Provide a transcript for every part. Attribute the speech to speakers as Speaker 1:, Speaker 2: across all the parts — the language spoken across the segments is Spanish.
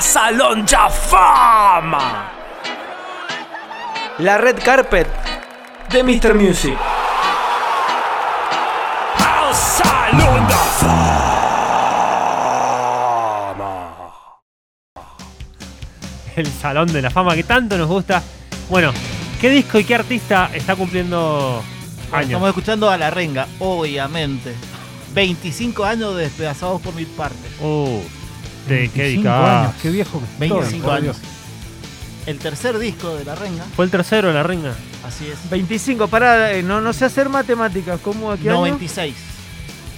Speaker 1: Salón Fama. La red carpet de Mr. Music. Al Salón de Fama.
Speaker 2: El Salón de la Fama que tanto nos gusta. Bueno, ¿qué disco y qué artista está cumpliendo
Speaker 3: Estamos
Speaker 2: años?
Speaker 3: escuchando a La Renga, obviamente. 25 años de despedazados por mi parte.
Speaker 2: Uh, ¿de qué
Speaker 4: 25
Speaker 2: dedicás?
Speaker 4: años, qué viejo que estoy,
Speaker 3: 25
Speaker 4: por
Speaker 3: años.
Speaker 4: Dios.
Speaker 3: El tercer disco de La Renga,
Speaker 2: Fue el tercero de la renga.
Speaker 3: así es.
Speaker 5: 25, pará, eh, no, no sé hacer matemáticas. ¿Cómo aquí?
Speaker 3: 96.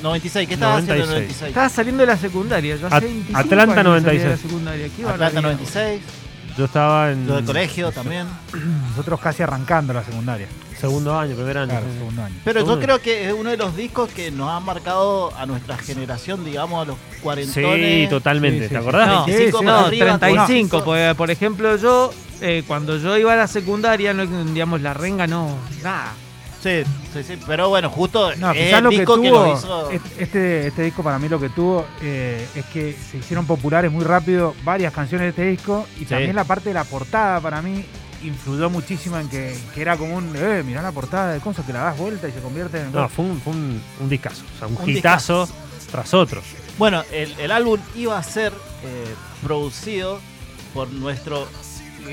Speaker 3: 96, ¿qué estabas haciendo en
Speaker 2: 96?
Speaker 3: 96?
Speaker 5: Estaba saliendo de la secundaria. Yo hace
Speaker 2: At-
Speaker 5: 25
Speaker 2: Atlanta
Speaker 5: años salí de
Speaker 2: 96.
Speaker 5: la secundaria. Qué
Speaker 3: Atlanta
Speaker 5: barbaridad.
Speaker 3: 96,
Speaker 2: Yo estaba en
Speaker 3: lo de colegio también.
Speaker 4: Nosotros casi arrancando la secundaria.
Speaker 2: segundo año, primer año.
Speaker 4: Claro,
Speaker 2: sí.
Speaker 4: segundo año.
Speaker 3: Pero yo
Speaker 2: Todo.
Speaker 3: creo que es uno de los discos que nos ha marcado a nuestra generación, digamos, a los
Speaker 2: Sí,
Speaker 3: cuarentones.
Speaker 2: totalmente.
Speaker 4: Sí, sí,
Speaker 2: ¿Te
Speaker 4: sí.
Speaker 2: acordás?
Speaker 3: No. 25
Speaker 5: No,
Speaker 3: para arriba,
Speaker 5: 35.
Speaker 3: no.
Speaker 5: porque, por ejemplo, yo, eh, cuando yo iba a la secundaria, no, digamos, la renga no. Nada.
Speaker 3: Sí, sí, sí. Pero bueno, justo
Speaker 4: No,
Speaker 3: es
Speaker 4: quizás
Speaker 3: el
Speaker 4: lo que
Speaker 3: Eh, disco que, lo
Speaker 4: tuvo.
Speaker 3: hizo.
Speaker 4: est- Este, este disco para mí lo que tuvo eh, es que se hicieron populares muy rápido varias canciones de este disco y también la parte de la portada para mí influyó muchísimo en que, que era como un, eh, mirá la portada de Conso que la das vuelta y se convierte en...
Speaker 2: No, fue un, fue un, un discazo. O sea, un,
Speaker 3: Un
Speaker 2: hitazo tras otro.
Speaker 3: Bueno, el, el álbum iba a ser eh, producido por nuestro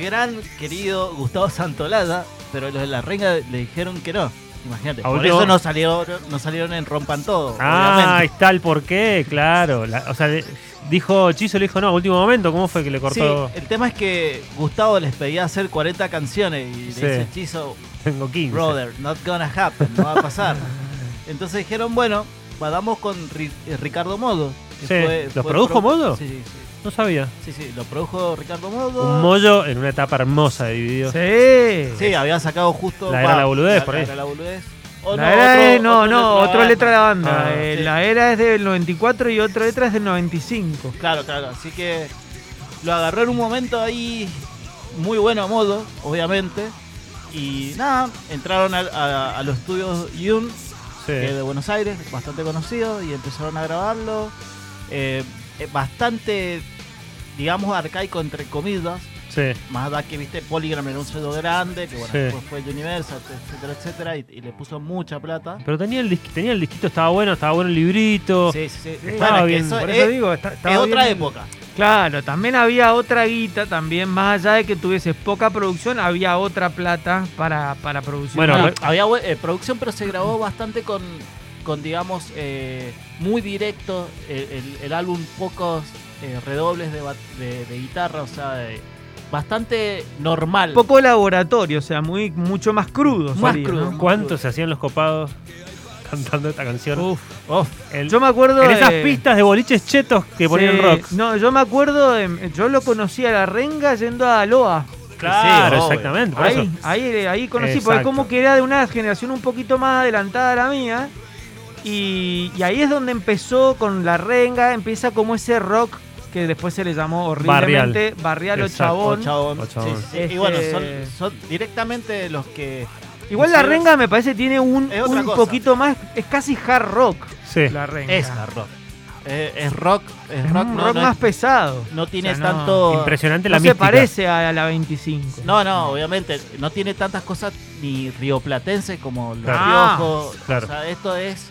Speaker 3: gran querido Gustavo Santolada, pero los de la renga le dijeron que no. Imagínate.
Speaker 2: A
Speaker 3: Por
Speaker 2: último-
Speaker 3: eso no salieron, no salieron en Rompan Todo.
Speaker 2: Ah, ahí
Speaker 3: obviamente.
Speaker 2: está el porqué, claro. La- o sea, le- dijo Chizo, le dijo, no, último momento, ¿cómo fue que le
Speaker 3: Sí,
Speaker 2: cortó?
Speaker 3: el tema es que Gustavo les pedía hacer 40 canciones y
Speaker 2: Sí.
Speaker 3: le dice hechizo,
Speaker 2: Tengo 15.
Speaker 3: brother, not gonna happen, no va a pasar. Entonces dijeron, bueno, vamos con Ri- eh, Ricardo Modo. que
Speaker 2: Sí, ¿lo produjo Modo?
Speaker 3: Sí, sí, sí,
Speaker 2: No sabía.
Speaker 3: sí, sí, lo produjo Ricardo Modo.
Speaker 2: Un mollo en una etapa hermosa de video.
Speaker 5: Sí.
Speaker 3: Sí, había sacado justo.
Speaker 2: La era la boludez,
Speaker 3: la-
Speaker 2: por
Speaker 3: la
Speaker 2: ahí.
Speaker 3: era la boludez. O
Speaker 5: la era
Speaker 3: otro-
Speaker 5: es, no, no,
Speaker 3: de
Speaker 5: otra letra de la banda.
Speaker 2: Ah,
Speaker 5: Eh,
Speaker 3: sí.
Speaker 5: La era es del 94 y otra letra es del 95.
Speaker 3: Claro, claro. Así que lo agarró en un momento ahí muy bueno a modo, obviamente. Y nada, entraron a, a- a los estudios Yun,
Speaker 2: Sí.
Speaker 3: que es de Buenos Aires, bastante conocido, y empezaron a grabarlo. Eh, eh, bastante, digamos, arcaico, entre comillas.
Speaker 2: Sí.
Speaker 3: Más da que viste Polygram era un sello grande, que bueno,
Speaker 2: Sí.
Speaker 3: después fue de Universal, etcétera, etcétera, y- y le puso mucha plata.
Speaker 2: Pero tenía el, disqui- tenía el disquito, estaba bueno, estaba bueno el librito.
Speaker 3: Sí, sí, sí.
Speaker 2: Oh. Estaba
Speaker 3: Bueno, es que
Speaker 2: bien,
Speaker 3: eso
Speaker 4: por
Speaker 3: es,
Speaker 4: eso digo, está- estaba
Speaker 3: Eh, es otra
Speaker 4: bien.
Speaker 3: época.
Speaker 5: Claro, también había otra guita, también más allá de que tuvieses poca producción, había otra plata para, para producir.
Speaker 2: Bueno,
Speaker 5: Ah,
Speaker 2: re-
Speaker 3: Había eh, producción, pero se grabó bastante con, con digamos, eh, muy directo eh, el, el álbum, pocos eh, redobles de, ba- de- de guitarra, o sea, de- bastante normal.
Speaker 5: poco laboratorio, o sea, muy mucho más crudo.
Speaker 3: Más
Speaker 5: salía,
Speaker 3: crudo.
Speaker 5: ¿no?
Speaker 2: ¿Cuántos se hacían los copados cantando esta canción? El-
Speaker 5: Yo me acuerdo
Speaker 2: en esas
Speaker 5: de-
Speaker 2: pistas de boliches chetos que ponían
Speaker 5: Sí,
Speaker 2: rock.
Speaker 5: No, yo me acuerdo, de- yo lo conocí a la renga yendo a Loa.
Speaker 2: Claro,
Speaker 3: Sí, obvio.
Speaker 2: exactamente. por eso.
Speaker 5: Ahí, ahí, ahí conocí, porque
Speaker 2: Exacto.
Speaker 5: como que era de una generación un poquito más adelantada a la mía. Y, y ahí es donde empezó con la renga, empieza como ese rock que después se le llamó horriblemente barrial o
Speaker 2: Exacto.
Speaker 3: O
Speaker 5: chabón.
Speaker 3: chabón.
Speaker 2: O chabón.
Speaker 3: Sí, sí, sí.
Speaker 5: Este-
Speaker 3: Y bueno, son, son directamente los que.
Speaker 5: Igual la renga me parece tiene un,
Speaker 3: Es otra
Speaker 5: un
Speaker 3: cosa.
Speaker 5: poquito más, es casi hard rock
Speaker 2: Sí.
Speaker 5: la renga.
Speaker 3: Es hard rock. Eh, es rock. Es,
Speaker 5: Es
Speaker 3: rock,
Speaker 5: un
Speaker 3: no,
Speaker 5: rock
Speaker 3: no-
Speaker 5: más pesado.
Speaker 3: no tienes
Speaker 5: no-
Speaker 3: tanto.
Speaker 2: Impresionante la
Speaker 5: Oh. No se
Speaker 2: mística.
Speaker 5: parece a la 25.
Speaker 3: No, no, obviamente, no tiene tantas cosas ni rioplatenses como los
Speaker 5: Claro.
Speaker 3: riojos.
Speaker 2: Claro.
Speaker 3: O sea, esto es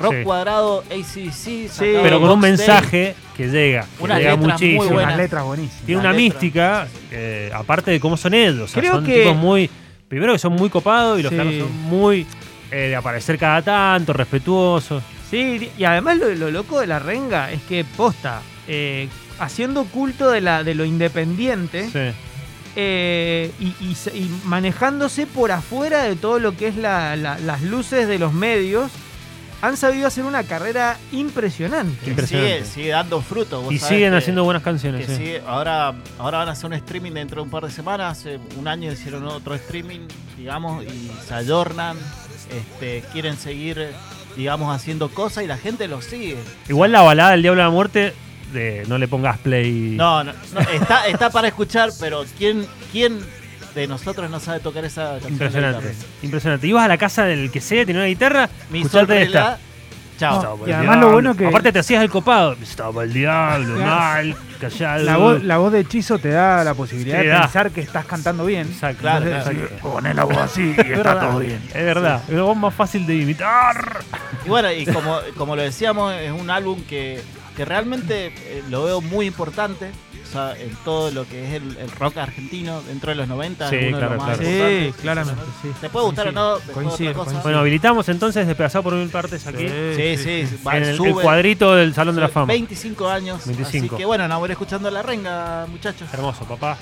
Speaker 3: rock
Speaker 2: Sí.
Speaker 3: cuadrado, ACDC, sacado
Speaker 2: Pero con un
Speaker 3: Box Day.
Speaker 2: mensaje que llega. Que
Speaker 3: Unas
Speaker 2: llega
Speaker 3: letras muy
Speaker 2: muchísimo.
Speaker 3: buenas.
Speaker 4: Unas letras buenísimas.
Speaker 2: Tiene una
Speaker 3: Las letras.
Speaker 2: mística, eh, aparte de cómo son ellos. O sea,
Speaker 5: Creo
Speaker 2: son
Speaker 5: que-
Speaker 2: tipos muy. Primero que son muy copados y los
Speaker 5: Sí.
Speaker 2: carros son muy. eh, de aparecer cada tanto, respetuosos.
Speaker 5: Sí, y además lo, lo loco de la renga es que posta, eh, haciendo culto de, la, de lo independiente
Speaker 2: Sí.
Speaker 5: eh, y, y se- y manejándose por afuera de todo lo que es la- la- las luces de los medios, han sabido hacer una carrera impresionante.
Speaker 3: Que
Speaker 2: Impresionante.
Speaker 3: sigue, sigue dando fruto. vos
Speaker 2: Y
Speaker 3: sabés
Speaker 2: siguen
Speaker 3: que-
Speaker 2: haciendo buenas
Speaker 3: que
Speaker 2: canciones. sí.
Speaker 3: sigue- ahora, ahora van a hacer un streaming dentro de un par de semanas. Hace un año hicieron otro streaming, digamos, y se adornan. Este, quieren seguir, digamos, haciendo cosas y la gente los sigue.
Speaker 2: Igual la balada del Diablo de la Muerte, de no le pongas play.
Speaker 3: No, no, no, está, está para escuchar, pero ¿quién, ¿quién de nosotros no sabe tocar esa canción? en la
Speaker 2: Impresionante,
Speaker 3: guitarra?
Speaker 2: impresionante. Ibas a la casa del que sea, tenía una guitarra,
Speaker 3: Mi
Speaker 2: escuchate
Speaker 3: sorrela,
Speaker 2: esta. pues.
Speaker 3: Chao.
Speaker 1: Estaba
Speaker 4: y
Speaker 1: el
Speaker 4: además lo bueno
Speaker 2: diablo.
Speaker 4: que-
Speaker 2: Aparte te hacías el copado. Estaba el diablo,
Speaker 4: Claro.
Speaker 2: mal, callado.
Speaker 4: La voz, la voz de hechizo te da la posibilidad
Speaker 2: Te
Speaker 4: de
Speaker 2: da.
Speaker 4: pensar que estás cantando bien.
Speaker 2: Exacto,
Speaker 3: Claro,
Speaker 2: entonces,
Speaker 3: claro.
Speaker 2: sí,
Speaker 4: Poné la voz así y
Speaker 2: Es verdad, Es verdad. Es la voz más fácil de imitar.
Speaker 3: Y bueno, y como, como lo decíamos, es un álbum que, que realmente eh, lo veo muy importante. O sea, en todo lo que es el, el rock argentino dentro de los 90,
Speaker 2: Sí,
Speaker 3: es uno de
Speaker 2: claro,
Speaker 3: los más
Speaker 2: claro.
Speaker 3: importantes.
Speaker 5: Sí, claramente. Sí.
Speaker 3: ¿Te puede gustar o no? después otra
Speaker 5: Coincido,
Speaker 3: cosa.
Speaker 5: coincido.
Speaker 2: Bueno, habilitamos entonces Despedazado por mil partes aquí.
Speaker 3: Sí, sí, va,
Speaker 2: en el, el
Speaker 3: sube.
Speaker 2: cuadrito del Salón de la Fama.
Speaker 3: 25 años.
Speaker 2: 25.
Speaker 3: Así que bueno, nos voy escuchando la renga, muchachos.
Speaker 2: Hermoso, papá.